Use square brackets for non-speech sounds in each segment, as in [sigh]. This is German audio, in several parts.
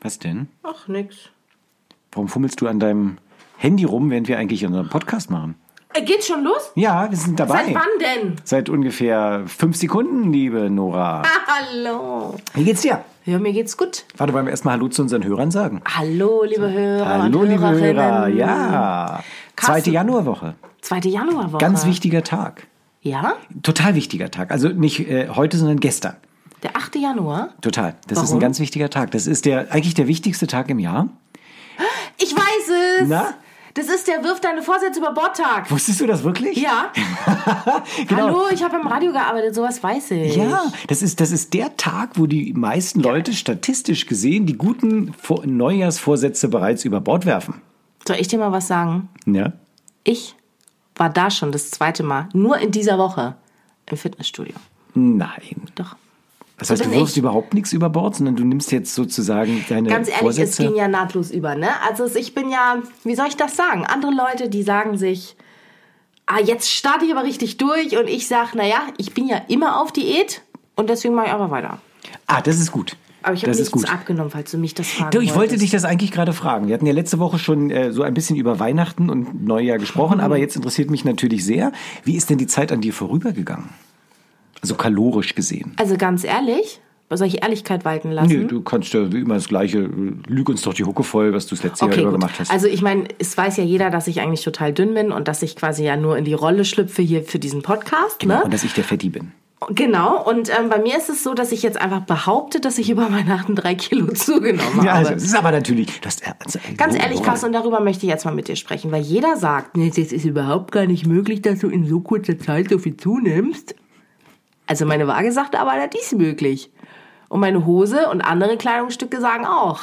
Was denn? Ach, nix. Warum fummelst du an deinem Handy rum, während wir eigentlich unseren Podcast machen? Äh, geht's schon los? Ja, wir sind dabei. Seit wann denn? Seit ungefähr fünf Sekunden, liebe Nora. [laughs] Hallo. Wie geht's dir? Ja, mir geht's gut. Warte, wollen wir erstmal Hallo zu unseren Hörern sagen? Hallo, liebe Hörer. Hallo, und liebe Ah, Hörerinnen. Hörer. Ja. Carsten- Zweite Januarwoche. Zweite Januarwoche. Ganz wichtiger Tag. Ja? Total wichtiger Tag. Also nicht äh, heute, sondern gestern. Der 8. Januar? Total. Das ist Warum? ein ganz wichtiger Tag. Das ist der eigentlich der wichtigste Tag im Jahr. Ich weiß es. Na? Das ist der Wirf deine Vorsätze über [laughs] Bord-Tag. Wusstest du das wirklich? Ja. Genau. Hallo, ich habe im Radio gearbeitet, sowas weiß ich. Ja, das ist, das ist der Tag, wo die meisten Leute statistisch gesehen die guten Vor Neujahrsvorsätze bereits über Bord werfen. Soll ich dir mal was sagen? Ja. Ich war da schon das zweite Mal, nur in dieser Woche, im Fitnessstudio. Nein. Doch. Das heißt, Und du ich- wirfst überhaupt nichts über Bord, sondern du nimmst jetzt sozusagen deine Ganz ehrlich, es Vorsätze. ging ja nahtlos über, ne? Also es- ich bin ja, wie soll ich das sagen? Andere Leute, die sagen sich, ah, jetzt starte ich aber richtig durch und ich sage, naja, ich bin ja immer auf Diät und deswegen mache ich aber weiter. ah, das ist gut. Aber ich habe das ist nichts gut. abgenommen, falls du mich das fragen Du, ich wollte wolltest. dich das eigentlich gerade fragen. Wir hatten ja letzte Woche schon äh, so ein bisschen über Weihnachten und Neujahr gesprochen, Mhm. aber jetzt interessiert mich natürlich sehr, wie ist denn die Zeit an dir vorübergegangen? Also kalorisch gesehen. Also ganz ehrlich, soll ich Ehrlichkeit walten lassen? Nee, du kannst ja wie immer das Gleiche, äh, lüg uns doch die Hucke voll, was du das letzte Jahr Okay, über gut. gemacht hast. Also ich meine, es weiß ja jeder, dass ich eigentlich total dünn bin und dass ich quasi ja nur in die Rolle schlüpfe hier für diesen Podcast. Genau, ne? und dass ich der Fetti bin. Genau, und ähm, bei mir ist es so, dass ich jetzt einfach behaupte, dass ich [laughs] über Weihnachten drei Kilo zugenommen habe. Ja, also, es ist aber natürlich. Das, äh, also, Ganz oh, ehrlich, oh. [laughs] Carsten, und darüber möchte ich jetzt mal mit dir sprechen, weil jeder sagt, nee, das ist überhaupt gar nicht möglich, dass du in so kurzer Zeit so viel zunimmst. Also meine Waage sagt aber, das ist möglich. Und meine Hose und andere Kleidungsstücke sagen auch,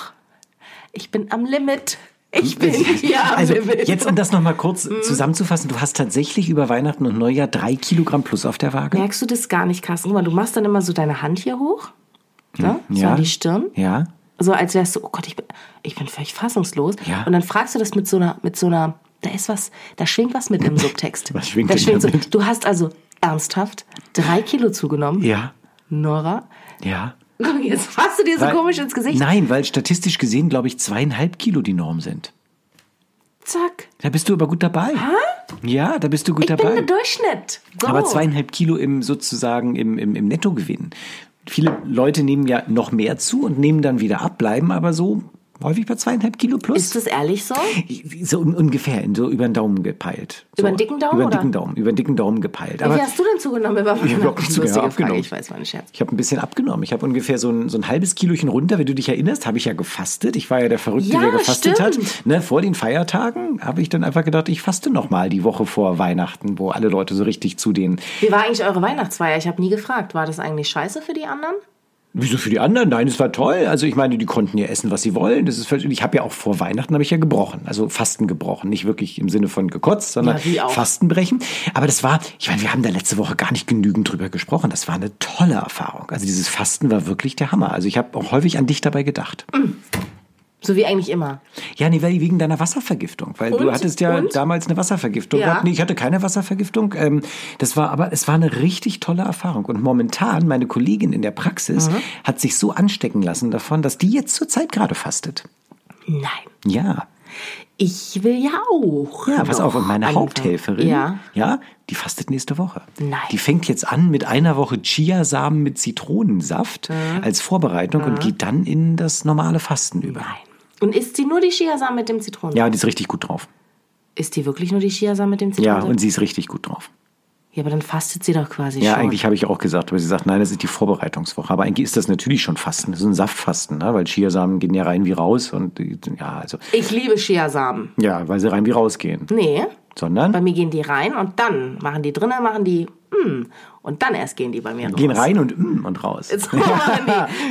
ich bin am Limit. Ich bin [laughs] hier am Also, Limit. jetzt, um das nochmal kurz Mhm. zusammenzufassen, du hast tatsächlich über Weihnachten und Neujahr drei Kilogramm plus auf der Waage. Merkst du das gar nicht, Carsten? Guck mal, du machst dann immer so deine Hand hier hoch, ne? so an die Stirn. Hm, Ja. So als wärst du, oh Gott, ich bin, ich bin völlig fassungslos. Ja. Und dann fragst du das mit so einer, mit so einer, da ist was, da schwingt was mit im Subtext. [laughs] Was schwingt da denn schwingt so, damit? Du hast also ernsthaft drei Kilo zugenommen. Ja. Nora, Ja. guck, jetzt fasst du dir so Weil- komisch ins Gesicht. Nein, weil statistisch gesehen, glaube ich, zweieinhalb Kilo die Norm sind. Zack. Da bist du aber gut dabei. Ja, da bist du gut Ich bin dabei. der Durchschnitt. Go. Aber zweieinhalb Kilo im sozusagen im, im, im Nettogewinn. Viele Leute nehmen ja noch mehr zu und nehmen dann wieder ab, bleiben aber so häufig bei zweieinhalb Kilo plus. Ist das ehrlich so? so un ungefähr, so über den Daumen gepeilt. So, Über den dicken Daumen, Über den oder? dicken Daumen, über den dicken Daumen gepeilt. Wie viel Aber hast du denn zugenommen? Über ich habe Lustige Frage, ich weiß, war ein Scherz. Ich habe ein bisschen abgenommen. Ich habe ungefähr so ein, so ein halbes Kilochen runter. Wenn du dich erinnerst, habe ich ja gefastet. Ich war ja der Verrückte, Ja, der gefastet stimmt. hat. Ne, vor den Feiertagen habe ich dann einfach gedacht, ich faste nochmal die Woche vor Weihnachten, wo alle Leute so richtig zu den. Wie war eigentlich eure Weihnachtsfeier? Ich habe nie gefragt. War das eigentlich scheiße für die anderen? Wieso für die anderen? Nein, es war toll. Also ich meine, die konnten ja essen, was sie wollen. Das ist völlig, ich habe ja auch vor Weihnachten habe ich ja gebrochen, also Fasten gebrochen, nicht wirklich im Sinne von gekotzt, sondern Ja, wie auch. Fastenbrechen. Aber das war, ich meine, wir haben da letzte Woche gar nicht genügend drüber gesprochen. Das war eine tolle Erfahrung. Also dieses Fasten war wirklich der Hammer. Also ich habe auch häufig an dich dabei gedacht. So wie eigentlich immer. Ja, nee, weil wegen deiner Wasservergiftung. Weil Und? du hattest ja Und? damals eine Wasservergiftung Ja. gehabt. Nee, ich hatte keine Wasservergiftung. Ähm, das war aber, es war eine richtig tolle Erfahrung. Und momentan, meine Kollegin in der Praxis Mhm. hat sich so anstecken lassen davon, dass die jetzt zurzeit gerade fastet. Nein. Ja. Ich will ja auch. Ja, pass noch auf. Und meine anfangen. Haupthelferin, Ja. ja, die fastet nächste Woche. Nein. Die fängt jetzt an mit einer Woche Chiasamen mit Zitronensaft Mhm. als Vorbereitung und geht dann in das normale Fasten über. Nein. Und isst sie nur die Chiasamen mit dem Zitronen? Ja, die ist richtig gut drauf. Isst die wirklich nur die Chiasamen mit dem Ja, Zitronen? und sie ist richtig gut drauf. ja, aber dann fastet sie doch quasi Ja, schon. eigentlich habe ich auch gesagt, aber sie sagt, nein, das ist die Vorbereitungswoche. Aber eigentlich ist das natürlich schon Fasten. Das ist ein Saftfasten, ne? weil Chiasamen gehen ja rein wie raus und die- ja, also Ich liebe Chiasamen. ja, weil sie rein wie rausgehen. Nee, bei Sondern mir gehen die rein und dann machen die drinnen, machen die mm, und dann erst gehen die bei mir raus. Gehen rein und mm, und raus. [laughs] So, nee.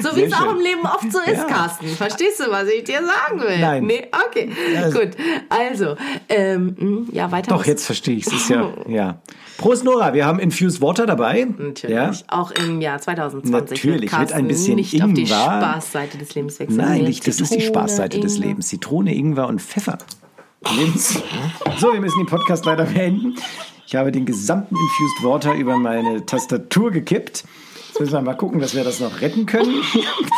so wie Sehr es auch schön. im Leben oft so ist, Ja. Carsten. Verstehst du, was ich dir sagen will? Nein. Nee, okay. Also- Gut. Also, ähm, mm, ja, weiter. Doch, muss- jetzt verstehe ich es. Ist ja, ja. Prost, Nora. Wir haben Infused Water dabei. Natürlich. Ja. Auch im Jahr 2020. wird Natürlich, mit Carsten ein bisschen nicht auf die Ingwer. Spaßseite des Lebens wechseln. Nein, Mit nicht, das ist die Zitrone, Spaßseite des Ingwer. Lebens. Zitrone, Ingwer und Pfeffer. [laughs] Lebens. So, wir müssen den Podcast leider beenden. Ich habe den gesamten Infused Water über meine Tastatur gekippt. Jetzt müssen wir mal gucken, dass wir das noch retten können. [laughs]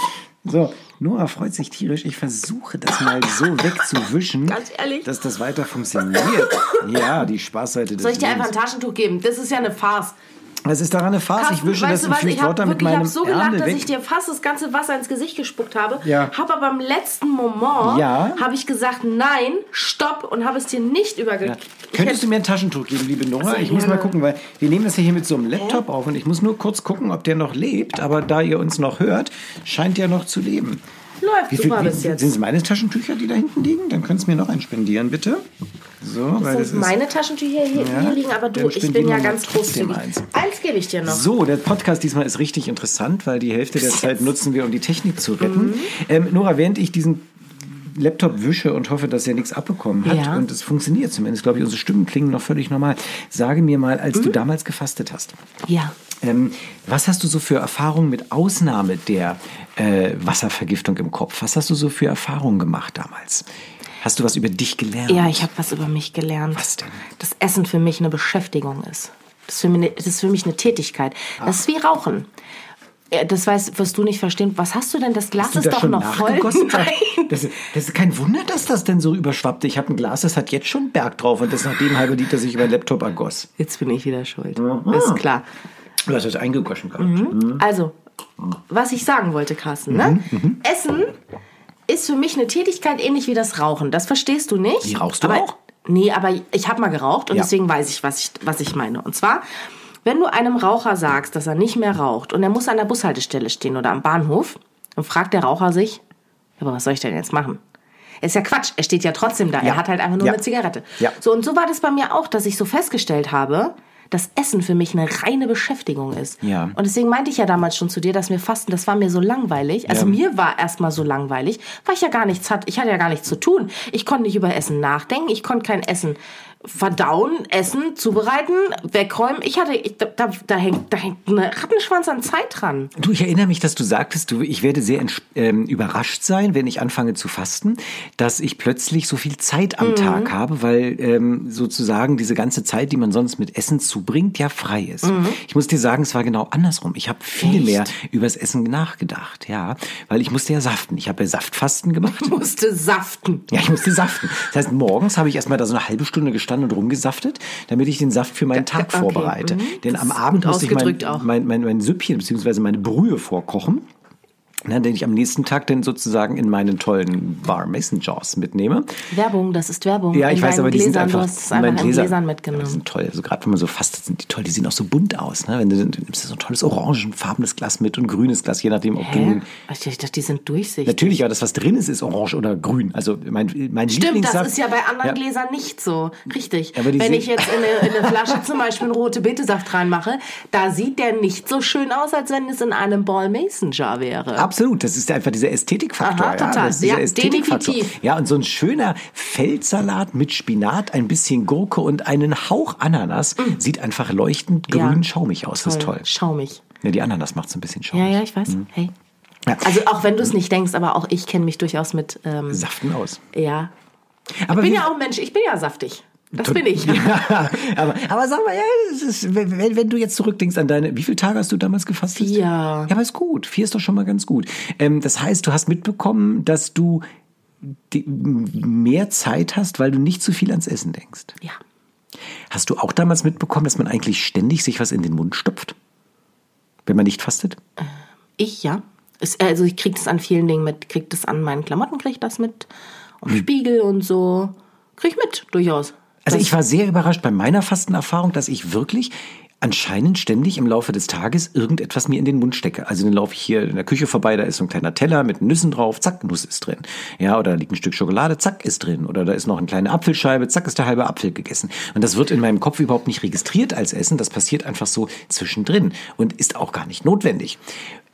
So, Nora freut sich tierisch. Ich versuche das mal so wegzuwischen, Ganz ehrlich? dass das weiter funktioniert. Ja, die Spaßseite des Soll ich dir einfach Lebens. ein Taschentuch geben? Das ist ja eine Farce. Das ist daran eine Farce. ich Carsten, wische das weißt du was? Ich Infused habe Water mit wirklich ich meinem hab so gelacht, Ärmel dass weg. ich dir fast das ganze Wasser ins Gesicht gespuckt habe. Ja. Habe aber im letzten Moment Ja. habe ich gesagt, nein, stopp und habe es dir nicht übergekippt. Könntest du mir ein Taschentuch geben, liebe Nora? Also, Ich muss mal gucken, weil wir nehmen das ja hier mit so einem Laptop auf und ich muss nur kurz gucken, ob der noch lebt. Aber da ihr uns noch hört, scheint der noch zu leben. Läuft Wie super viel, wie, bis jetzt. Sind es meine Taschentücher, die da hinten liegen? Dann könntest du mir noch einen spendieren, bitte. So, weil Das das sind ist. meine Taschentücher hier, Ja, hier liegen, aber dann du, ich spendieren bin ja wir mal ganz trotzdem großzügig. eins. Eins, gebe ich dir noch. So, der Podcast diesmal ist richtig interessant, weil die Hälfte der Zeit nutzen wir, um die Technik zu retten. Mhm. Ähm, Nora, während ich diesen Laptop wische und hoffe, dass er nichts abbekommen hat Ja. und es funktioniert zumindest, glaube ich, unsere Stimmen klingen noch völlig normal. Sage mir mal, als du Mhm. damals gefastet hast, Ja. ähm, was hast du so für Erfahrungen mit Ausnahme der äh, Wasservergiftung im Kopf? Was hast du so für Erfahrungen gemacht damals? Hast du was über dich gelernt? Ja, ich habe was über mich gelernt. Was denn? Dass Essen für mich eine Beschäftigung ist. Das ist für mich eine, das ist für mich eine Tätigkeit. Das Ah. ist wie Rauchen. Ja, Das weiß, wirst du nicht verstehen. Was hast du denn? Das Glas Hast du ist da doch schon noch voll. nachgegossen? [laughs] Nein. Das, ist- das ist kein Wunder, dass das denn so überschwappte. Ich habe ein Glas, das hat jetzt schon einen Berg drauf und das nach dem halbe Liter sich über den Laptop ergoss. Jetzt bin ich wieder schuld. Ah. Ist klar. Du hast das eingegoschen gehabt. Also, was ich sagen wollte, Carsten, ne? Mhm, Essen ist für mich eine Tätigkeit ähnlich wie das Rauchen. Das verstehst du nicht. Wie, rauchst du aber, auch? Nee, aber ich habe mal geraucht und Ja. deswegen weiß ich was, ich, was ich meine. Und zwar, wenn du einem Raucher sagst, dass er nicht mehr raucht und er muss an der Bushaltestelle stehen oder am Bahnhof, dann fragt der Raucher sich, aber was soll ich denn jetzt machen? Ist ja Quatsch, er steht ja trotzdem da. Ja. Er hat halt einfach nur Ja. eine Zigarette. Ja. So, und so war das bei mir auch, dass ich so festgestellt habe, dass Essen für mich eine reine Beschäftigung ist. Ja. Und deswegen meinte ich ja damals schon zu dir, dass mir Fasten, das war mir so langweilig. Also Ja. mir war erstmal so langweilig, weil ich ja gar nichts hatte. Ich hatte ja gar nichts zu tun. Ich konnte nicht über Essen nachdenken. Ich konnte kein Essen verdauen, essen, zubereiten, wegräumen. Ich hatte, ich, da, da, da, hängt, da hängt ein Rattenschwanz an Zeit dran. Du, ich erinnere mich, dass du sagtest, du, ich werde sehr ents- ähm, überrascht sein, wenn ich anfange zu fasten, dass ich plötzlich so viel Zeit Mhm. am Tag habe, weil ähm, sozusagen diese ganze Zeit, die man sonst mit Essen zubringt, ja frei ist. Ich muss dir sagen, es war genau andersrum. Ich habe viel Mhm. Echt? mehr übers Essen nachgedacht, ja, weil ich musste ja saften. Ich habe ja [laughs] Saftfasten gemacht. Musste saften. Ja, ich musste saften. Das heißt, morgens habe ich erstmal da so eine halbe Stunde gestanden und rumgesaftet, damit ich den Saft für meinen Tag okay, vorbereite. mhm. Denn Das am ist Abend gut musste ich mein, ausgedrückt auch. mein, mein, mein Süppchen bzw. meine Brühe vorkochen. Ne, den ich am nächsten Tag dann sozusagen in meinen tollen Bar Mason Jars mitnehme. Werbung, das ist Werbung. Ja, ich In weiß, deinen aber die Gläsern, sind einfach, Du hast es in meinen einfach in Gläsern- Gläsern Ja, die mitgenommen. sind toll. Also gerade wenn man so fastet, sind die toll. Die sehen auch so bunt aus. Ne? Wenn du, du nimmst so ein tolles orangenfarbenes Glas mit und grünes Glas, je nachdem, ob du Hä? Ich dachte, die sind durchsichtig. Natürlich, aber das, was drin ist, ist orange oder grün. Also mein, mein Stimmt, Lieblingssaft. das ist ja bei anderen Ja. Gläsern nicht so. Richtig. Aber die Wenn sehen- ich jetzt in eine, in eine Flasche zum Beispiel einen rote Betesaft reinmache, da sieht der nicht so schön aus, als wenn es in einem Ball Mason Jar wäre. Absolut, das ist einfach dieser Ästhetikfaktor. Aha, total. Ja, das ist dieser Ja, Ästhetikfaktor. definitiv. Ja, und so ein schöner Feldsalat mit Spinat, ein bisschen Gurke und einen Hauch Ananas sieht einfach leuchtend Mm. Ja. grün schaumig aus. Das ist toll. Mhm. Schaumig. Ja, die Ananas macht es ein bisschen Ja, schaumig. ja, ich weiß. Hey. Ja. Also auch wenn du es nicht denkst, aber auch ich kenne mich durchaus mit. Ähm, Saften aus. ja. Aber Ich bin wir- ja auch ein Mensch, ich bin ja saftig. Das bin ich. Ja, [laughs] aber, aber sag mal, ja, es ist, wenn, wenn- wenn du jetzt zurückdenkst an deine, wie viele Tage hast du damals gefastet? Vier. Ja, aber ist gut. Vier ist doch schon mal ganz gut. Ähm, das heißt, du hast mitbekommen, dass du die, mehr Zeit hast, weil du nicht zu viel ans Essen denkst. Ja. Hast du auch damals mitbekommen, dass man eigentlich ständig sich was in den Mund stopft? Wenn man nicht fastet? Ich, ja. Es- also ich krieg das an vielen Dingen mit. Krieg das an meinen Klamotten, krieg das mit. Am Spiegel und so. Krieg ich mit, durchaus. Hm. Also Das- ich war sehr überrascht bei meiner Fastenerfahrung, dass ich wirklich anscheinend ständig im Laufe des Tages irgendetwas mir in den Mund stecke. Also dann laufe ich hier in der Küche vorbei, da ist so ein kleiner Teller mit Nüssen drauf, zack, Nuss ist drin. Ja, oder da liegt ein Stück Schokolade, zack, ist drin. Oder da ist noch eine kleine Apfelscheibe, zack, ist der halbe Apfel gegessen. Und das wird in meinem Kopf überhaupt nicht registriert als Essen, das passiert einfach so zwischendrin und ist auch gar nicht notwendig.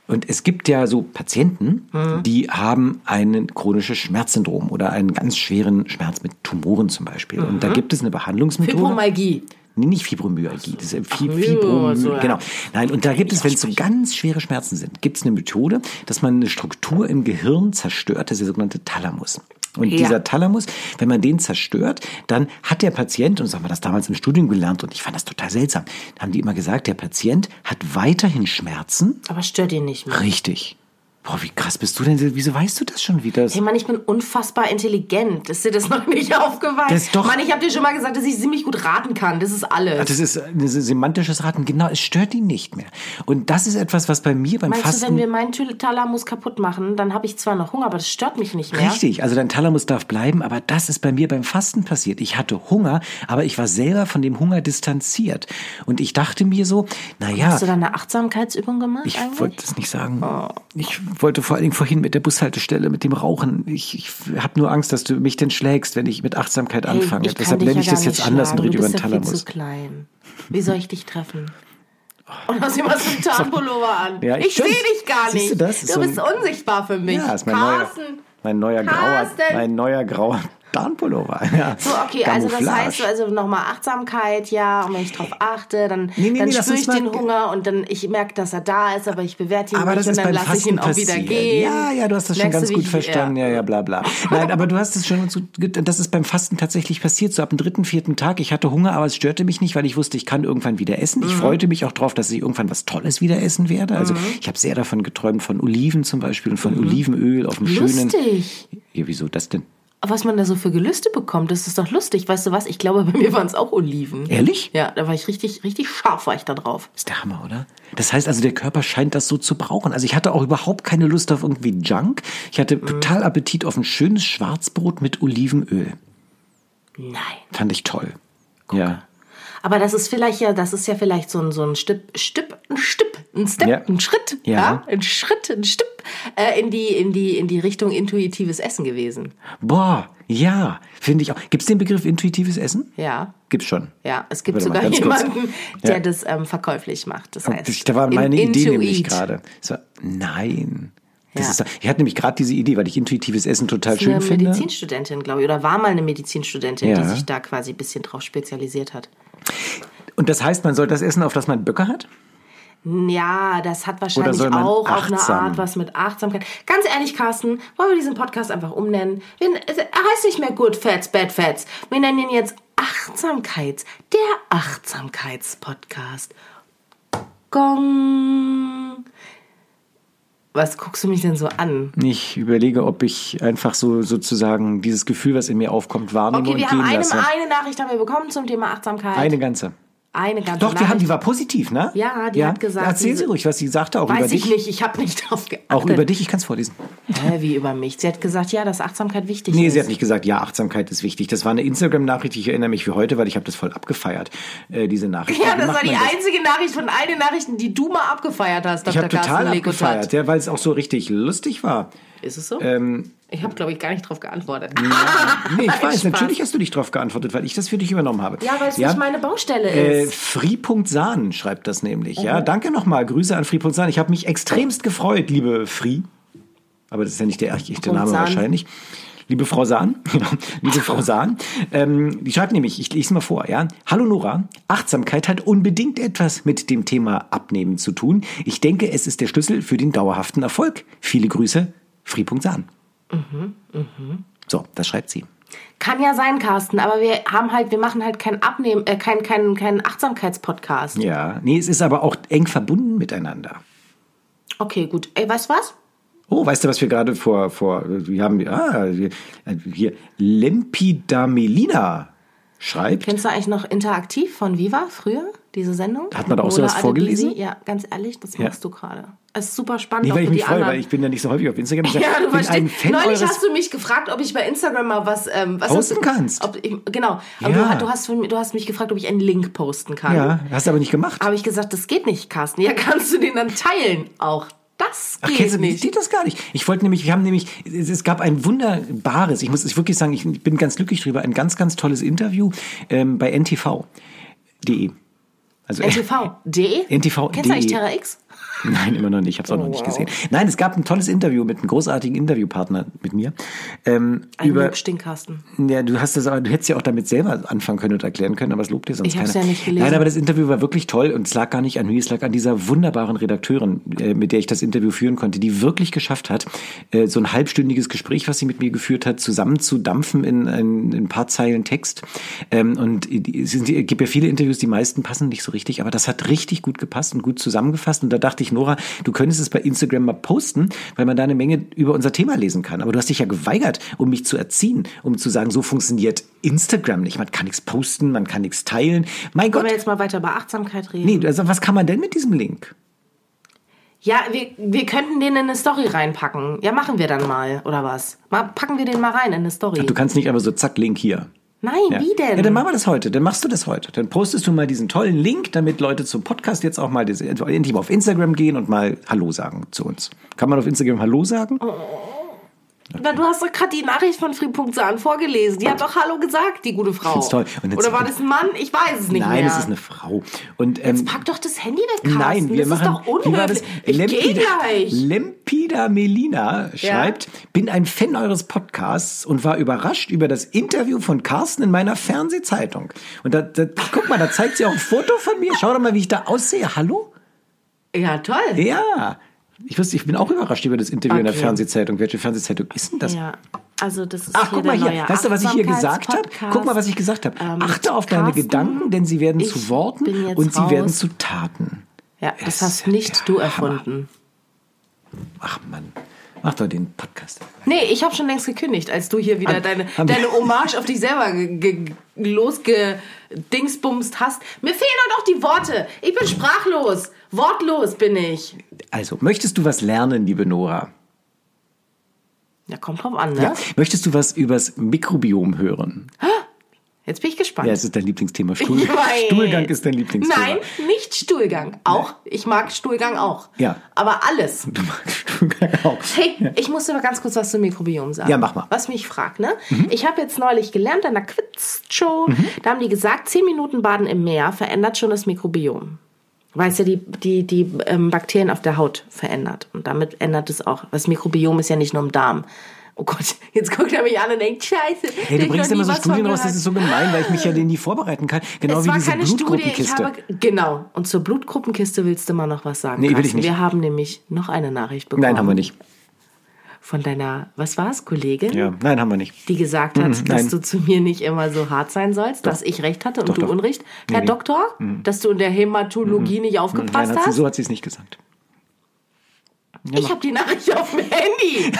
Und es gibt ja so Patienten, Mhm. die haben ein chronisches Schmerzsyndrom oder einen ganz schweren Schmerz mit Tumoren zum Beispiel. Und da gibt es eine Behandlungsmethode. Mhm. Fibromyalgie. Nee, nicht Fibromyalgie, das ist Fib Ach, Fibro, so, ja. Genau. Nein, und da gibt es, wenn es so ganz schwere Schmerzen sind, gibt es eine Methode, dass man eine Struktur im Gehirn zerstört, das ist der sogenannte Thalamus. Und Ja. dieser Thalamus, wenn man den zerstört, dann hat der Patient, und so haben wir das damals im Studium gelernt, und ich fand das total seltsam, da haben die immer gesagt, der Patient hat weiterhin Schmerzen. Aber stört ihn nicht mehr. Richtig. Boah, wie krass bist du denn? Wieso weißt du das schon wieder? Hey Mann, ich bin unfassbar intelligent. Ist dir das noch nicht [laughs] aufgefallen? Das ist doch- Ah, Mann, ich habe dir schon mal gesagt, dass ich ziemlich gut raten kann. Das ist alles. Das ist ein semantisches Raten, genau, es stört ihn nicht mehr. Und das ist etwas, was bei mir beim Meinst Fasten... du, wenn wir meinen Thyl- Thalamus kaputt machen, dann habe ich zwar noch Hunger, aber das stört mich nicht mehr. Richtig, also dein Thalamus darf bleiben, aber das ist bei mir beim Fasten passiert. Ich hatte Hunger, aber ich war selber von dem Hunger distanziert. Und ich dachte mir so, naja, Hast du da eine Achtsamkeitsübung gemacht ich eigentlich? Oh. wollte das nicht sagen. Ich wollte vor allen Dingen vorhin mit der Bushaltestelle, mit dem Rauchen. Ich, ich habe nur Angst, dass du mich denn schlägst, wenn ich mit Achtsamkeit Ey, anfange. kann Deshalb dich nenne ja ich gar das jetzt nicht anders und schlagen. rede über Du den bist ja viel Thalamus. zu klein. Wie soll ich dich treffen? Und hast immer [laughs] so einen Tarnpullover an. Oh. Ja, ich sehe stimmt. dich gar nicht. Siehst du das? Ist so bist ein- unsichtbar für mich. Ja, ist mein neuer, Carsten. mein neuer grauer, Carsten. mein neuer grauer [laughs] Darmpullover. Ja. So, okay, also das Camouflage. Äh, heißt also nochmal Achtsamkeit, ja, und wenn ich drauf achte, dann, Nee, nee, dann nee, lass spüre uns ich mal- den Hunger und dann ich merke, dass er da ist, aber ich bewerte ihn Aber nicht das und ist dann beim lasse ich ihn Fasten auch passiert. wieder gehen. Ja, ja, du hast das schon Merkst du, ganz wie gut ich- verstanden. Ja, ja, [laughs] bla, bla. Nein, aber du hast es schon, so- das ist beim Fasten tatsächlich passiert. So ab dem dritten, vierten Tag. Ich hatte Hunger, aber es störte mich nicht, weil ich wusste, ich kann irgendwann wieder essen. Mhm. Ich freute mich auch drauf, dass ich irgendwann was Tolles wieder essen werde. Also ich habe sehr davon geträumt, von Oliven zum Beispiel und von Olivenöl auf dem schönen... Mhm. Lustig. Ja, wieso das denn? Was man da so für Gelüste bekommt, das ist doch lustig. Weißt du was? Ich glaube, bei mir waren es auch Oliven. Ehrlich? Ja, da war ich richtig, richtig scharf war ich da drauf. Ist der Hammer, oder? Das heißt also, der Körper scheint das so zu brauchen. Also ich hatte auch überhaupt keine Lust auf irgendwie Junk. Ich Mhm. hatte total Appetit auf ein schönes Schwarzbrot mit Olivenöl. Nein. Fand ich toll. Ja. Aber das ist vielleicht ja, das ist ja vielleicht so ein, so ein Stipp, Stipp, ein Stipp, ein Step, Ja. ein Schritt, Ja. ja. ein Schritt, ein Stipp äh, in die, in die, in die Richtung intuitives Essen gewesen. Boah, ja, finde ich auch. Gibt es den Begriff intuitives Essen? Ja. Gibt's schon. Ja, es gibt Warte mal, sogar ganz kurz. jemanden, der Ja. das ähm, verkäuflich macht. Das heißt, Das, da war in- meine Idee Intuit. nämlich gerade. So, nein. Das Ja. ist, doch- ich hatte nämlich gerade diese Idee, weil ich intuitives Essen total Das ist schön eine finde. Medizinstudentin, glaube ich, oder war mal eine Medizinstudentin, die Ja. sich da quasi ein bisschen drauf spezialisiert hat. Und das heißt, man soll das essen, auf das man Böcke hat? Ja, das hat wahrscheinlich soll man auch auf eine achtsam- Art was mit Achtsamkeit. Ganz ehrlich, Carsten, wollen wir diesen Podcast einfach umnennen? Wir, es- er heißt nicht mehr Good Fats, Bad Fats. Wir nennen ihn jetzt Achtsamkeits, der Achtsamkeitspodcast. Gong. Was guckst du mich denn so an? Ich überlege, ob ich einfach so sozusagen dieses Gefühl, was in mir aufkommt, wahrnehme Okay, und wir gehen haben eine, lasse. eine Nachricht haben wir bekommen zum Thema Achtsamkeit. Eine ganze. eine ganze Doch, Nachricht. wir haben, die war positiv, ne? Ja, die hat gesagt, Erzähl diese- sie ruhig, was sie sagte, auch über Weiß ich dich. nicht, ich habe nicht [laughs] drauf geachtet. Auch über dich, ich kann es vorlesen. Hä, wie über mich? Sie hat gesagt, ja, dass Achtsamkeit wichtig Nee, ist. sie hat nicht gesagt, ja, Achtsamkeit ist wichtig. Das war eine Instagram-Nachricht, ich erinnere mich wie heute, weil ich habe das voll abgefeiert, äh, diese Nachricht. Ja, Wie das macht war die man das? einzige Nachricht von all den Nachrichten, die du mal abgefeiert hast, Ich Dr. habe total Carsten abgefeiert, Legotat. ja, weil es auch so richtig lustig war. Ist es so? ich habe, glaube ich, gar nicht drauf [laughs] geantwortet. Nee, ich weiß, Spaß. natürlich hast du dich darauf geantwortet, weil ich das für dich übernommen habe. Ja, weil es nicht meine Baustelle Äh, ist. Free.Sahn schreibt das nämlich. Ja, danke nochmal. Grüße an Free.Sahn. Ich habe mich extremst gefreut, liebe Free. Aber das ist ja nicht der echte Name Sahn. wahrscheinlich. Liebe Frau Sahn, [laughs] genau, liebe Frau Sahn, ähm, die schreibt nämlich, ich lese mal vor, ja. Hallo Nora, Achtsamkeit hat unbedingt etwas mit dem Thema Abnehmen zu tun. Ich denke, es ist der Schlüssel für den dauerhaften Erfolg. Viele Grüße, Free.Sahn. So, das schreibt sie. Kann ja sein, Carsten, aber wir haben halt, wir machen halt keinen Abnehmen, äh, keinen kein, kein Achtsamkeitspodcast. Ja, nee, es ist aber auch eng verbunden miteinander. Okay, gut. Ey, weißt du was? Oh, weißt du, was wir gerade vor, vor, wir haben, ah, wir- hier, Lempidamelina schreibt. Kennst du eigentlich noch Interaktiv von Viva früher? diese Sendung. Hat man da auch sowas Mona vorgelesen? Adebisi. Ja, ganz ehrlich, das Ja. machst du gerade. Es ist super spannend. Nicht, auch weil ich für mich die freue, anderen. weil ich bin ja nicht so häufig auf Instagram. Ich [laughs] sag, Ja, du bin ein verstehst. Fan Neulich eures hast du mich gefragt, ob ich bei Instagram mal was ähm, was Posten hast du, kannst. Ob ich, genau. Aber Ja. du, du, hast von, mir- du hast mich gefragt, ob ich einen Link posten kann. Ja, hast du aber nicht gemacht. Habe ich gesagt, das geht nicht, Carsten. Ja, kannst du den dann teilen? Auch das geht kennst du nicht. Die das gar nicht. Ich wollte nämlich, wir haben nämlich, es, es gab ein wunderbares, ich muss es wirklich sagen, ich bin ganz glücklich drüber, ein ganz, ganz tolles Interview ähm, bei ntv.de. Also NTV.de? NTV.de. Kennst du eigentlich Terra X? [laughs] Nein, immer noch nicht. Ich habe es auch Oh, noch nicht gesehen. Nein, es gab ein tolles Interview mit einem großartigen Interviewpartner mit mir. Ähm, Ein über, Stinkkasten. ja, du hast das aber, du hättest ja auch damit selber anfangen können und erklären können, aber es lobt dir sonst Ich hab's keiner. ja nicht gelesen. Nein, aber das Interview war wirklich toll und es lag gar nicht an mir, es lag an dieser wunderbaren Redakteurin, äh, mit der ich das Interview führen konnte, die wirklich geschafft hat, äh, so ein halbstündiges Gespräch, was sie mit mir geführt hat, zusammenzudampfen in, ein- in ein paar Zeilen Text. Ähm, und die- es sind- es gibt ja viele Interviews, die meisten passen nicht so richtig, aber das hat richtig gut gepasst und gut zusammengefasst. Und da dachte ich, Nora, du könntest es bei Instagram mal posten, weil man da eine Menge über unser Thema lesen kann. Aber du hast dich ja geweigert, um mich zu erziehen, um zu sagen, so funktioniert Instagram nicht. Man kann nichts posten, man kann nichts teilen. Mein Gott, Wollen wir jetzt mal weiter über Achtsamkeit reden? Nee, also was kann man denn mit diesem Link? Ja, wir, wir könnten den in eine Story reinpacken. Ja, machen wir dann mal, oder was? Mal, packen wir den mal rein in eine Story. Du kannst nicht einfach so zack, Link hier. Nein, Ja. wie denn? Ja, dann machen wir das heute. Dann machst du das heute. Dann postest du mal diesen tollen Link, damit Leute zum Podcast jetzt auch mal diese- endlich mal auf Instagram gehen und mal Hallo sagen zu uns. Kann man auf Instagram Hallo sagen? Oh, Na, du hast doch gerade die Nachricht von Friedpunkt Sahn vorgelesen. Die hat doch Hallo gesagt, die gute Frau. find's toll. Und jetzt- Oder war das ein Mann? Ich weiß es nicht Nein, mehr. es ist eine Frau. Und ähm, Pack doch das Handy weg, Carsten. Nein, wir das machen. ist doch wie war das? unhöflich. Ich geh Lempida- gleich. Lempida Melina schreibt: Bin ein Fan eures Podcasts und war überrascht über das Interview von Carsten in meiner Fernsehzeitung. Und da, da guck mal, da zeigt sie auch ein Foto von mir. Schau doch mal, wie ich da aussehe. Hallo? Ja, toll. Ja. Ich wusste, ich bin auch überrascht über das Interview in der Okay. Fernsehzeitung. Welche Fernsehzeitung ist denn das? Ja, also das ist Ach, hier guck mal der hier. neue Weißt du, was ich hier gesagt habe? Achtsamkeits-Podcast. Guck mal, was ich gesagt habe. Ähm, Achte auf deine Carsten, Gedanken, denn sie werden zu ich Worten bin jetzt und sie werden raus. zu Taten. Ja, Es das ist hast ja nicht der du Hammer. erfunden. Ach Mann, mach doch den Podcast. Nee, ich habe schon längst gekündigt, als du hier wieder Haben- deine, haben- deine Hommage auf dich selber ge- ge- losgedingsbumst hast. Mir fehlen doch noch die Worte. Ich bin sprachlos. Wortlos bin ich. Also, möchtest du was lernen, liebe Nora? Ja, kommt drauf an, ne? Ja? Möchtest du was übers Mikrobiom hören? Jetzt bin ich gespannt. Ja, es ist dein Lieblingsthema. Stuhl Ich weiß. Stuhlgang ist dein Lieblingsthema. Nein, nicht Stuhlgang. Auch, ich mag Stuhlgang auch. Ja. Aber alles. [laughs] Du magst Stuhlgang auch. Hey, ich muss dir mal ganz kurz was zum Mikrobiom sagen. Ja, mach mal. Mhm. Was mich fragt, ne? Ich habe jetzt neulich gelernt an der Quiz-Show, da haben die gesagt, 10 Minuten Baden im Meer verändert schon das Mikrobiom. Weil es ja die, die, die ähm, Bakterien auf der Haut verändert. Und damit ändert es auch. Das Mikrobiom ist ja nicht nur im Darm. Oh Gott, jetzt guckt er mich an und denkt, scheiße. Hey, du bringst immer so Studien raus, raus, das ist so gemein, weil ich [laughs] mich ja denen nie vorbereiten kann. Genau es wie war diese keine Studie, ich Blutgruppenkiste. habe, genau. Und zur Blutgruppenkiste willst du mal noch was sagen. Nee, will ich Carsten. nicht. Wir haben nämlich noch eine Nachricht bekommen. Nein, haben wir nicht. Von deiner, was war es, Kollegin? Ja, nein, haben wir nicht. die gesagt hat, dass Mhm, nein. du zu mir nicht immer so hart sein sollst, dass ich recht hatte und Doch, du doch. Unrecht. Herr nee. Mhm. Doktor, dass du in der Hämatologie nicht aufgepasst Nein, hat sie, hast. so hat sie es nicht gesagt. ich habe die Nachricht auf dem Handy.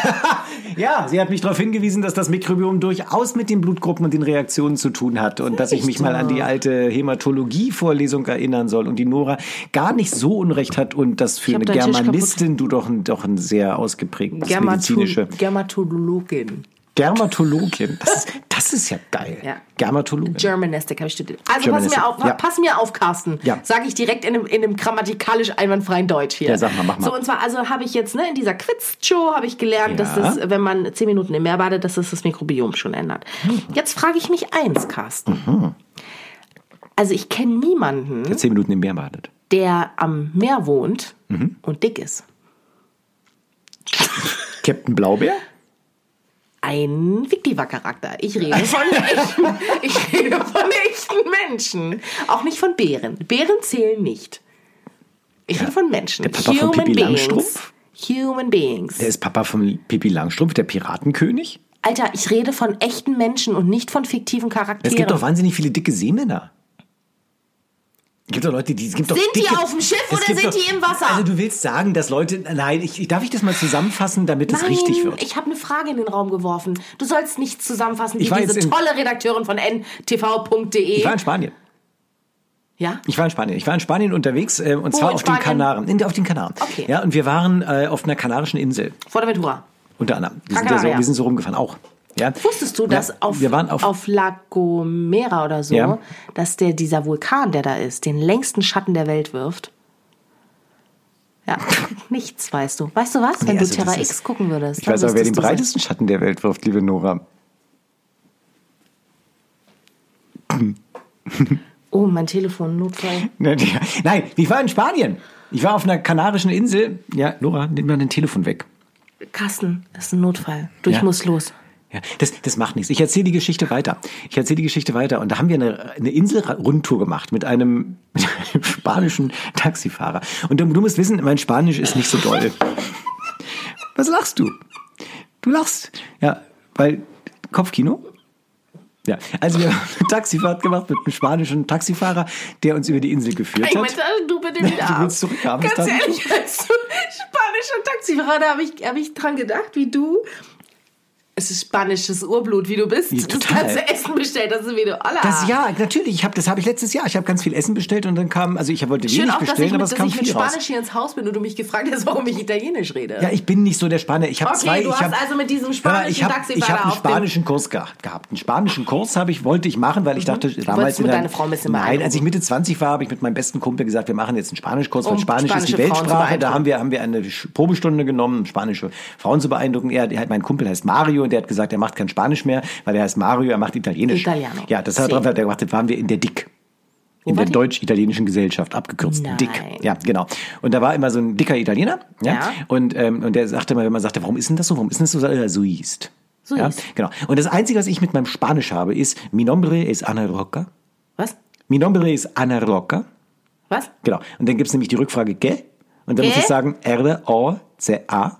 Ja, sie hat mich darauf hingewiesen, dass das Mikrobiom durchaus mit den Blutgruppen und den Reaktionen zu tun hat und dass ich mich mal an die alte Hämatologie-Vorlesung erinnern soll und die Nora gar nicht so unrecht hat und dass für hab eine deinen Tisch Germanistin du doch ein, doch ein sehr ausgeprägtes medizinische Germatu- Germatologin. Dermatologin. Das, ist- das ist ja geil. Ja. Germatologin. Germanistik habe ich studiert. Also pass Germanistik, mir auf, ja. pass mir auf, Carsten. Ja. Sag ich direkt in einem, in einem grammatikalisch einwandfreien Deutsch hier. Ja, sag mal, mach mal. So, und zwar, also habe ich jetzt, ne, in dieser Quiz-Show habe ich gelernt, Ja. dass das, wenn man zehn Minuten im Meer badet, dass das das Mikrobiom schon ändert. Jetzt frage ich mich eins, Carsten. Mhm. Also ich kenne niemanden, Der zehn Minuten im Meer badet. der am Meer wohnt Mhm. und dick ist. Captain Blaubeer? Ein Fiktiver-Charakter. Ich rede [laughs] von echten, ich rede von echten Menschen. Auch nicht von Bären. Bären zählen nicht. Ich rede von Menschen. Der Papa von Pippi Langstrumpf? Human Beings. Der ist Papa von Pippi Langstrumpf, der Piratenkönig. Alter, ich rede von echten Menschen und nicht von fiktiven Charakteren. Es gibt doch wahnsinnig viele dicke Seemänner. Es gibt doch Leute, die es gibt Sind doch die dicke, auf dem Schiff Es oder sind gibt die im Wasser? Also du willst sagen, dass Leute. Nein, ich, ich- darf ich das mal zusammenfassen, damit es richtig wird. ich habe eine Frage in den Raum geworfen. Du sollst nichts zusammenfassen wie Ich war diese jetzt in- tolle Redakteurin von ntv.de. Ich war in Spanien. E. Ja? Ich war in Spanien. Ich war in Spanien unterwegs äh, und Wo zwar in auf den Spanien? Kanaren. In, auf den Kanaren. Okay. Ja, und wir waren äh, auf einer kanarischen Insel. Fuerteventura. Unter anderem. Wir sind, ja so, Canaria. wir sind so rumgefahren auch. Ja. Wusstest du, dass ja, auf, wir waren auf, auf, La Gomera oder so, Ja. dass der dieser Vulkan, der da ist, den längsten Schatten der Welt wirft? Ja, [laughs] nichts weißt du. Weißt du was? Wenn Nee, also du Terra das ist- X gucken würdest, Ich weiß aber, wer den wüsstest du's. breitesten Schatten der Welt wirft, liebe Nora. Oh, mein Telefon, Notfall. Ne, die- [laughs] Nein, ich war in Spanien. Ich war auf einer kanarischen Insel. Ja, Nora, nimm mal dein Telefon weg. Carsten, das ist ein Notfall. Du, ich Ja. muss los. Ja, das, das macht nichts. Ich erzähle die Geschichte weiter. Ich erzähle die Geschichte weiter. Und da haben wir eine, eine Inselrundtour gemacht mit einem, [laughs] mit einem spanischen Taxifahrer. Und du, du musst wissen, mein Spanisch ist nicht so doll. Was lachst du? Du lachst. Ja, weil Kopfkino? Ja, also wir haben eine Taxifahrt gemacht mit einem spanischen Taxifahrer, der uns über die Insel geführt Ich hat. meinte, also du bitte wieder [laughs] Du ab. willst zurückhaben, Ganz dann- ehrlich, [laughs] als du spanischer Taxifahrer, da habe ich, hab ich dran gedacht, wie du. Es ist spanisches Urblut, wie du bist. Ja, das total. ganze Essen bestellt, das ist wie du. Alla. Das ja, natürlich. Ich hab, das habe ich letztes Jahr. Ich habe ganz viel Essen bestellt und dann kam, also ich wollte Schön wenig auch, dass ich bestellen, mit, aber dass es kam ich mit viel Spanisch raus. hier ins Haus bin und du mich gefragt hast, warum ich Italienisch rede. Ja, ich bin nicht so der Spanier. Ich habe Okay, zwei. du ich hast hab- also mit diesem Hör mal, spanischen ich hab- Taxifahrer Ich habe einen auf dem- spanischen Kurs gehabt, gehabt. Einen spanischen Kurs habe ich wollte ich machen, weil ich dachte damals Mhm. wolltest mit in der- deiner Frau ein bisschen Nein, beeindrucken. als ich Mitte 20 war, habe ich mit meinem besten Kumpel gesagt, wir machen jetzt einen Spanischkurs, weil Um Spanisch ist die spanische Frauen zu Weltsprache. Da beeindrucken. haben wir haben wir eine Sch- Probestunde genommen, um spanische Frauen zu beeindrucken. Er, er hat mein Kumpel heißt Mario und der hat gesagt, er macht kein Spanisch mehr, weil er heißt Mario, er macht Italienisch. Italiano. Ja, deshalb Sì. haben wir da gemacht, waren wir in der Dick. In war der die? deutsch-italienischen Gesellschaft, abgekürzt Nein. Dick. Ja, genau. Und da war immer so ein dicker Italiener. Ja. Ja. Und, ähm, und der sagte mal, wenn man sagte, warum ist denn das so? Warum ist denn das so? Sagt er, so ist. So ja, ist. genau. Und das Einzige, was ich mit meinem Spanisch habe, ist, mi nombre es Ana Roca. Was? Mi nombre es Ana Roca. Was? Genau. Und dann gibt's nämlich die Rückfrage, ¿qué? Und dann ¿Qué? muss ich sagen, R-O-C-A.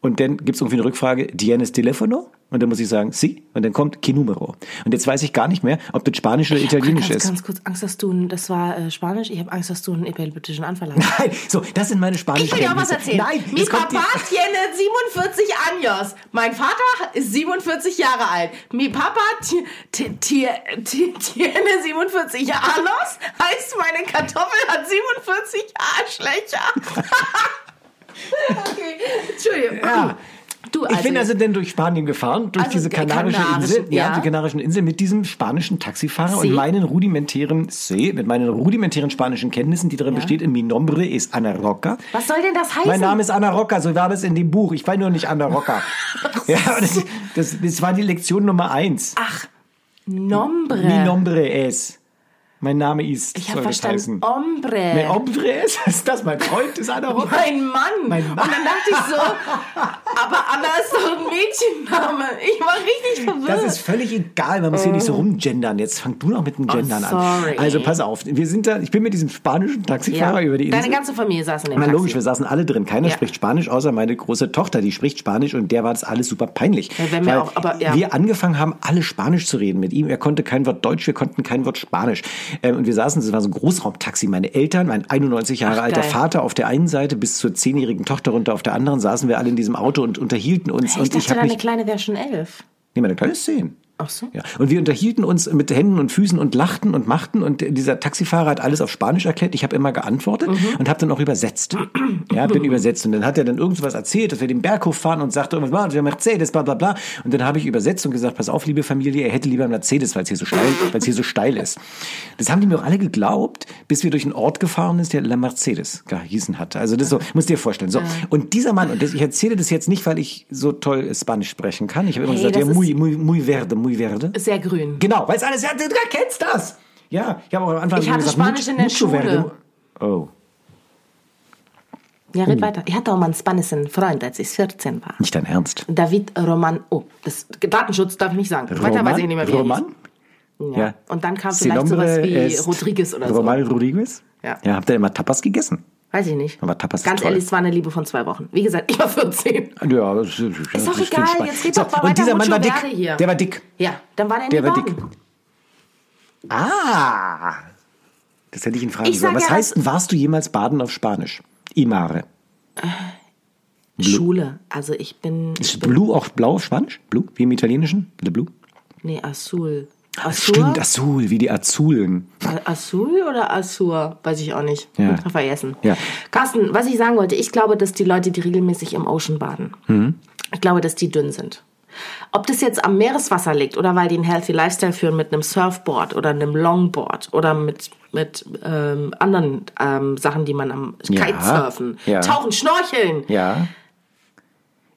Und dann gibt's irgendwie eine Rückfrage, ¿tienes teléfono? Und dann muss ich sagen, sí. Und dann kommt, ¿qué número? Und jetzt weiß ich gar nicht mehr, ob das Spanisch oder Italienisch ganz, ist. ganz kurz Angst, dass du, ein- das war äh, Spanisch, ich habe Angst, dass du einen epileptischen Anfall [laughs] hast. [laughs] Nein, so, das sind meine spanischen Ich will dir auch was erzählen. Nein, Mi es kommt Papa tiene 47 años. Mein Vater ist 47 Jahre alt. Mi Papa ti- ti- ti- ti- tiene 47 años. Heißt, meine Kartoffel hat 47 Arschlöcher. [laughs] okay, Entschuldigung. Ja. Du, ich bin also denn durch Spanien gefahren, durch Also diese die kanarische kanarischen, Insel, ja, ja. die kanarischen Insel mit diesem spanischen Taxifahrer Sie? und meinen rudimentären, See, mit meinen rudimentären spanischen Kenntnissen, die darin besteht, in mi nombre es Ana Roca. Was soll denn das heißen? Mein Name ist Ana Roca, so war das in dem Buch. Ich war nur nicht [laughs] Ana Roca. ja, das, das, das war die Lektion Nummer eins. Ach, Nombre. Mi nombre es. Mein Name ist. ich soll habe das verstanden, heißen. Oh, Ombre. Mi nombre es? [laughs] Ist das mein Freund? Ist Ana Roca? Mein Mann. Mein Mann. Und dann dachte ich [laughs] so, aber Anna ist doch ein Mädchenname. Ich war richtig verwirrt. Das ist völlig egal, man muss hier nicht so rumgendern. Jetzt fang du noch mit dem Gendern Oh. sorry. an. Also pass auf, wir sind da, ich bin mit diesem spanischen Taxifahrer über die Deine Insel. ganze Familie saß in dem Na Taxi. logisch, wir saßen alle drin. Keiner Ja. spricht Spanisch, außer meine große Tochter, die spricht Spanisch und der war das alles super peinlich. Ja, wenn wir Weil auch- aber, ja. wir angefangen haben, alle Spanisch zu reden mit ihm. Er konnte kein Wort Deutsch, wir konnten kein Wort Spanisch. Ähm, und wir saßen, das war so ein Großraumtaxi. Meine Eltern, mein 91 Jahre Ach, alter geil. Vater auf der einen Seite bis zur zehnjährigen Tochter runter auf der anderen saßen wir alle in diesem Auto und unterhielten uns. ich und dachte, ich habe deine mich. Kleine wäre schon elf. Nee, meine kleine ist zehn. Ach so. Ja. Und wir unterhielten uns mit Händen und Füßen und lachten und machten und dieser Taxifahrer hat alles auf Spanisch erklärt. Ich habe immer geantwortet Mhm. und habe dann auch übersetzt. Ja, [laughs] bin übersetzt und dann hat er dann irgendwas erzählt, dass wir den Berghof fahren und sagte irgendwas, "Ah, der Mercedes, bla bla bla. Und dann habe ich übersetzt und gesagt, pass auf, liebe Familie, er hätte lieber einen Mercedes, weil es hier so steil, weil es hier so steil ist. Das haben die mir auch alle geglaubt, bis wir durch einen Ort gefahren sind, der La Mercedes gehießen hat. Also das so, musst dir vorstellen. So und dieser Mann und das, ich erzähle das jetzt nicht, weil ich so toll Spanisch sprechen kann. Ich habe immer Hey, gesagt, das ja, ist- muy, muy, muy verde, muy verde. Sehr grün. Genau, weil es alles, ja, du kennst das. Ja, ich habe auch am Anfang Ich hatte gesagt, Spanisch in der mucho Schule. verde. Oh. Ja, red weiter. Ich hatte auch mal einen spanischen Freund, als ich 14 war. Nicht dein Ernst. David Roman. Oh, das Datenschutz darf ich nicht sagen. Weiter weiß ich nicht mehr, wie er hieß. Roman? Ja. Und dann kam vielleicht sowas wie Rodriguez oder so. Roman Rodriguez? Ja. ja. Habt ihr immer Tapas gegessen? Weiß ich nicht. Aber Tapas ist Ganz toll. ehrlich, es war eine Liebe von zwei Wochen. Wie gesagt, ich war 14. Ja, das ist, Ist doch egal, jetzt red doch mal Und weiter, dieser Mann Mucho war dick. Verde hier. Der war dick. Ja, dann war der in Der war Libanon. dick. Ah. Das hätte ich ihn fragen Ich sollen. sag Was ja, heißt denn, warst du jemals baden auf Spanisch? Imare. Schule. Also ich bin, Ist Blue auch blau auf Spanisch? Blue? Wie im Italienischen? Le Blue? nee, Azul. Azur? Stimmt, Azul, wie die Azulen. A- Azul oder Azur? Weiß ich auch nicht. Ja. Hab vergessen. Ja. Carsten, was ich sagen wollte, ich glaube, dass die Leute, die regelmäßig im Ocean baden, Mhm. ich glaube, dass die dünn sind. Ob das jetzt am Meereswasser liegt oder weil die einen Healthy Lifestyle führen mit einem Surfboard oder einem Longboard oder mit, mit ähm, anderen ähm, Sachen, die man am Ja. Kitesurfen, Ja. Tauchen, Schnorcheln. Ja.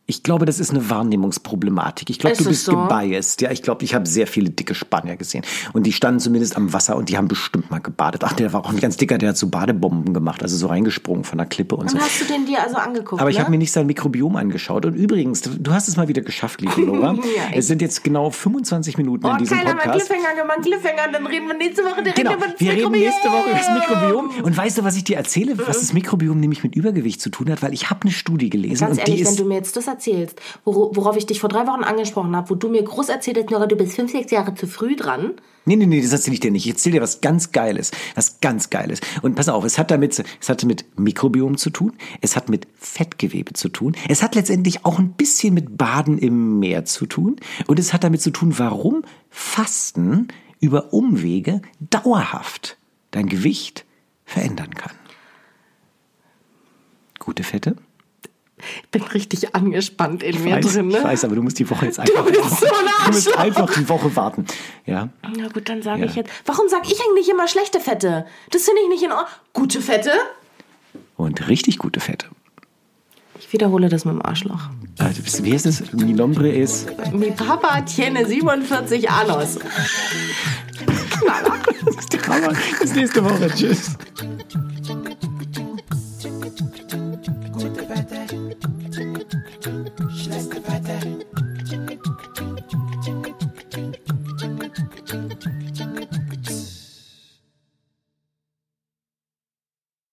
Ich glaube, das ist eine Wahrnehmungsproblematik. Ich glaube, Ist du es bist so? gebiased. Ja, ich glaube, ich habe sehr viele dicke Spanier gesehen. Und die standen zumindest am Wasser und die haben bestimmt mal gebadet. Ach, der war auch ein ganz dicker, der hat so Badebomben gemacht, also so reingesprungen von der Klippe und so. Dann hast du den dir also angeguckt. Aber ich ne? habe mir nicht sein Mikrobiom angeschaut. Und übrigens, du- du hast es mal wieder [laughs] geschafft, liebe Laura. Ja, es sind jetzt genau 25 Minuten Oh, in diesem keiner hat Podcast. Cliffhanger gemacht, Cliffhanger, dann reden wir nächste Woche direkt Genau, über das wir reden Mikrobiom. nächste Woche über das Mikrobiom. Und weißt du, was ich dir Mhm. erzähle, was das Mikrobiom nämlich mit Übergewicht zu tun hat? Weil ich habe eine Studie gelesen Ganz und die ehrlich, wenn ist du mir jetzt das erzählst, wor worauf ich dich vor drei Wochen angesprochen habe, wo du mir groß erzählt hast, Nora, du bist fünf, sechs Jahre zu früh dran. Nee, nee, nee, das erzähle ich dir nicht. Ich erzähle dir was ganz Geiles. Was ganz Geiles. Und pass auf, es hat damit, es hatte mit Mikrobiom zu tun. Es hat mit Fettgewebe zu tun. Es hat letztendlich auch ein bisschen mit Baden im Meer zu tun. Und es hat damit zu tun, warum Fasten über Umwege dauerhaft dein Gewicht verändern kann. Gute Fette? Ich bin richtig angespannt in mir weiß, drin. Ne? ich weiß, aber du musst die Woche jetzt einfach, bist so ein du musst Arschloch. einfach die Woche warten. Ja. Na gut, dann sage Ja. ich jetzt. Warum sage ich eigentlich immer schlechte Fette? Das finde ich nicht in Ordnung. Gute Fette? Und richtig gute Fette. Ich wiederhole das mit dem Arschloch. Also, wie heißt es? Mi nombre es [laughs] Mi Papa tiene [laughs] 47 Anos. Knaller. Bis nächste Woche. Tschüss.